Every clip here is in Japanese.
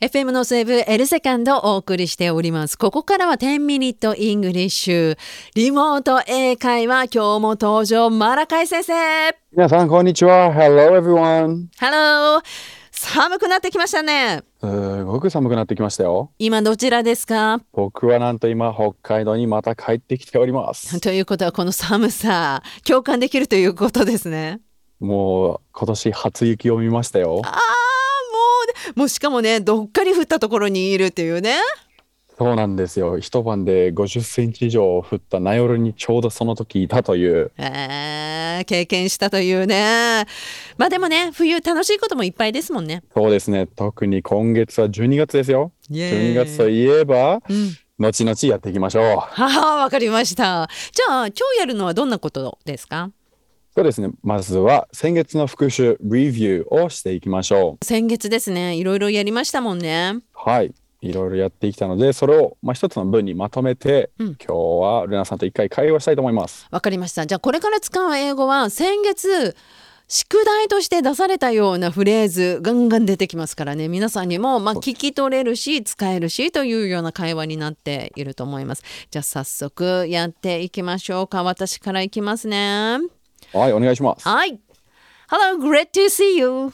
FM のセーブエルセカンドお送りしております。ここからは10ミニットイングリッシュ。リモート英会話今日も登場、マラカイ先生。皆さん、こんにちは。Hello, everyone. Hello! 寒くなってきましたね。すごく寒くなってきましたよ。今どちらですか 僕はなんと今、北海道にまた帰ってきております。ということはこの寒さ、共感できるということですね。もう、今年初雪を見ましたよあ。あ、もうね、もうしかもね、どっかり降ったところにいるっていうね。そうなんですよ。一晩で50センチ以上降ったナヨルにちょうどその時いたという。えー、経験したというね。まあでもね、冬楽しいこともいっぱいですもんね。そうですね。特に今月は12月ですよ。イエーイ12月といえば、うん後々やっていきましょう。はあ、わかりました。じゃあ、今日やるのはどんなことですかそうですね。まずは、先月の復習、レビューをしていきましょう。先月ですね、いろいろやりましたもんね。はい。いろいろやってきたので、それを、まあ、一つの文にまとめて、今日はルナさんと一回会話したいと思います。わかりました。じゃあ、これから使う英語は、先月、宿題として出されたようなフレーズ、ガンガン出てきますからね、皆さんにも、まあ、聞き取れるし、使えるし、というような会話になっていると思います。じゃあ、早速やっていきましょうか。私からいきますね。はい、お願いします。はい。Hello, great to see you.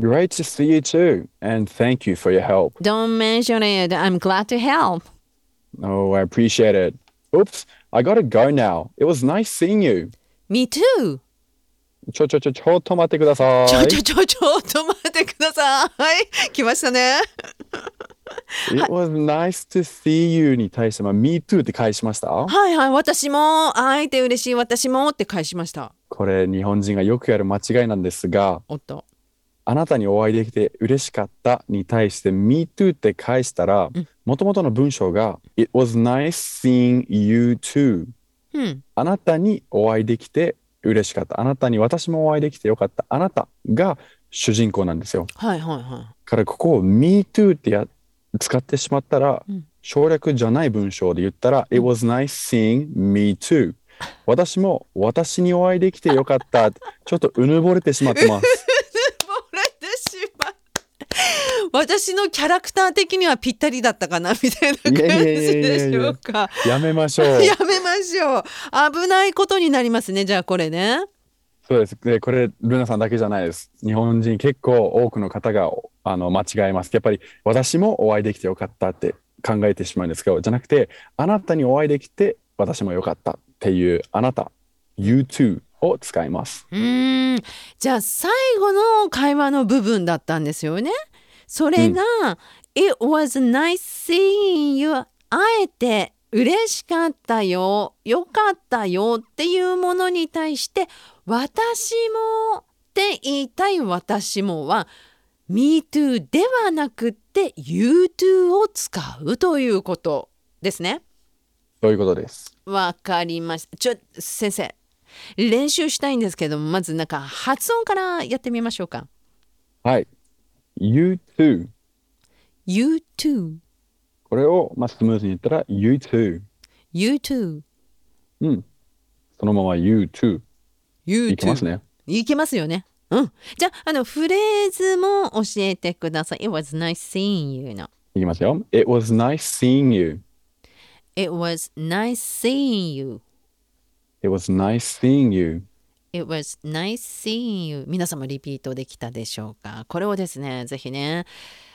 Great to see you too, and thank you for your help. Don't mention it. I'm glad to help. Oh, I appreciate it. Oops, I gotta go now. It was nice seeing you. Me too. ちょちょちょ、ちょっと待ってください。ちょちょちょちょっと待ってください。 来ましたね。 It was nice to see you に対して、まあ、me too って返しました。はいはい、私も会えて嬉しい、私もって返しました。これ、日本人がよくやる間違いなんですが、おっと。あなたにお会いできて嬉しかったに対して Me too って返したら、もともとの文章が It was nice seeing you too うん。あなたにお会いできて嬉しかったあなたに私もお会いできてよかったあなたが主人公なんですよはいはいはからここを Me too ってや使ってしまったら、うん省略じゃない文章で言ったら It was nice seeing me too 私も私にお会いできてよかったちょっとうぬぼれてしまってますい。漏れてしまう。私のキャラクター的にはぴったりだったかなみたいな感じいやいやいやいやいやでしょうか。やめま しょうやめましょう。危ないことになりますね。じゃあこれね。そうです。で、これ、ルナさんだけじゃないです。日本人結構多くの方があの間違えます。やっぱり私もお会いできてよかったって考えてしまうんですけど、じゃなくて、あなたにお会いできて私もよかったっていう、あなた、you too を使います。うーんじゃあ最後の会話の部分だったんですよね。それが「It was nice seeing you」会えて嬉しかったよよかったよっていうものに対して「私も」って言いたい「私も」は「me too」ではなくって「you too」を使うということですね。ということです。わかりました。ちょ、先生、練習したいんですけど、まずなんか発音からやってみましょうか。はい。you too。 You too, これを、まあ、スムーズに言ったら、you too。 you too, うん。そのまま you too。 you いきますね。いきますよね。うん。じゃあ、あの、フレーズも教えてください。It was nice seeing you の。いきますよ。It was nice seeing you.It It was nice seeing you. was nice seeing you. It was nice seeing you. 皆様リピートできたでしょうかこれをですね、ぜひね、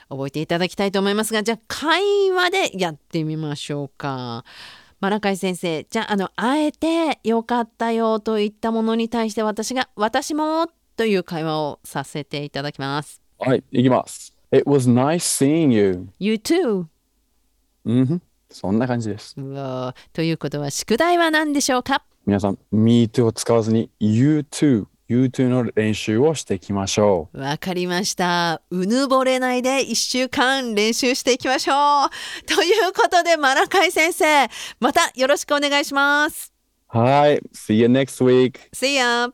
覚えていただきたいと思いますが、じゃあ会話でやってみましょうか。マラカイ先生、じゃあ、あの、あえてよかったよといったものに対して私が、私もという会話をさせていただきます。はい、いきます。It was nice seeing you. You too! うんふんそんな感じです。うわーということは、宿題は何でしょうか皆さん、me too を使わずに you too、you too の練習をしていきましょわかりました。うぬぼれないで一週間練習していきましょう。ということで、マラカイ先生、またよろしくお願いします。う。はい、see you next week. See ya!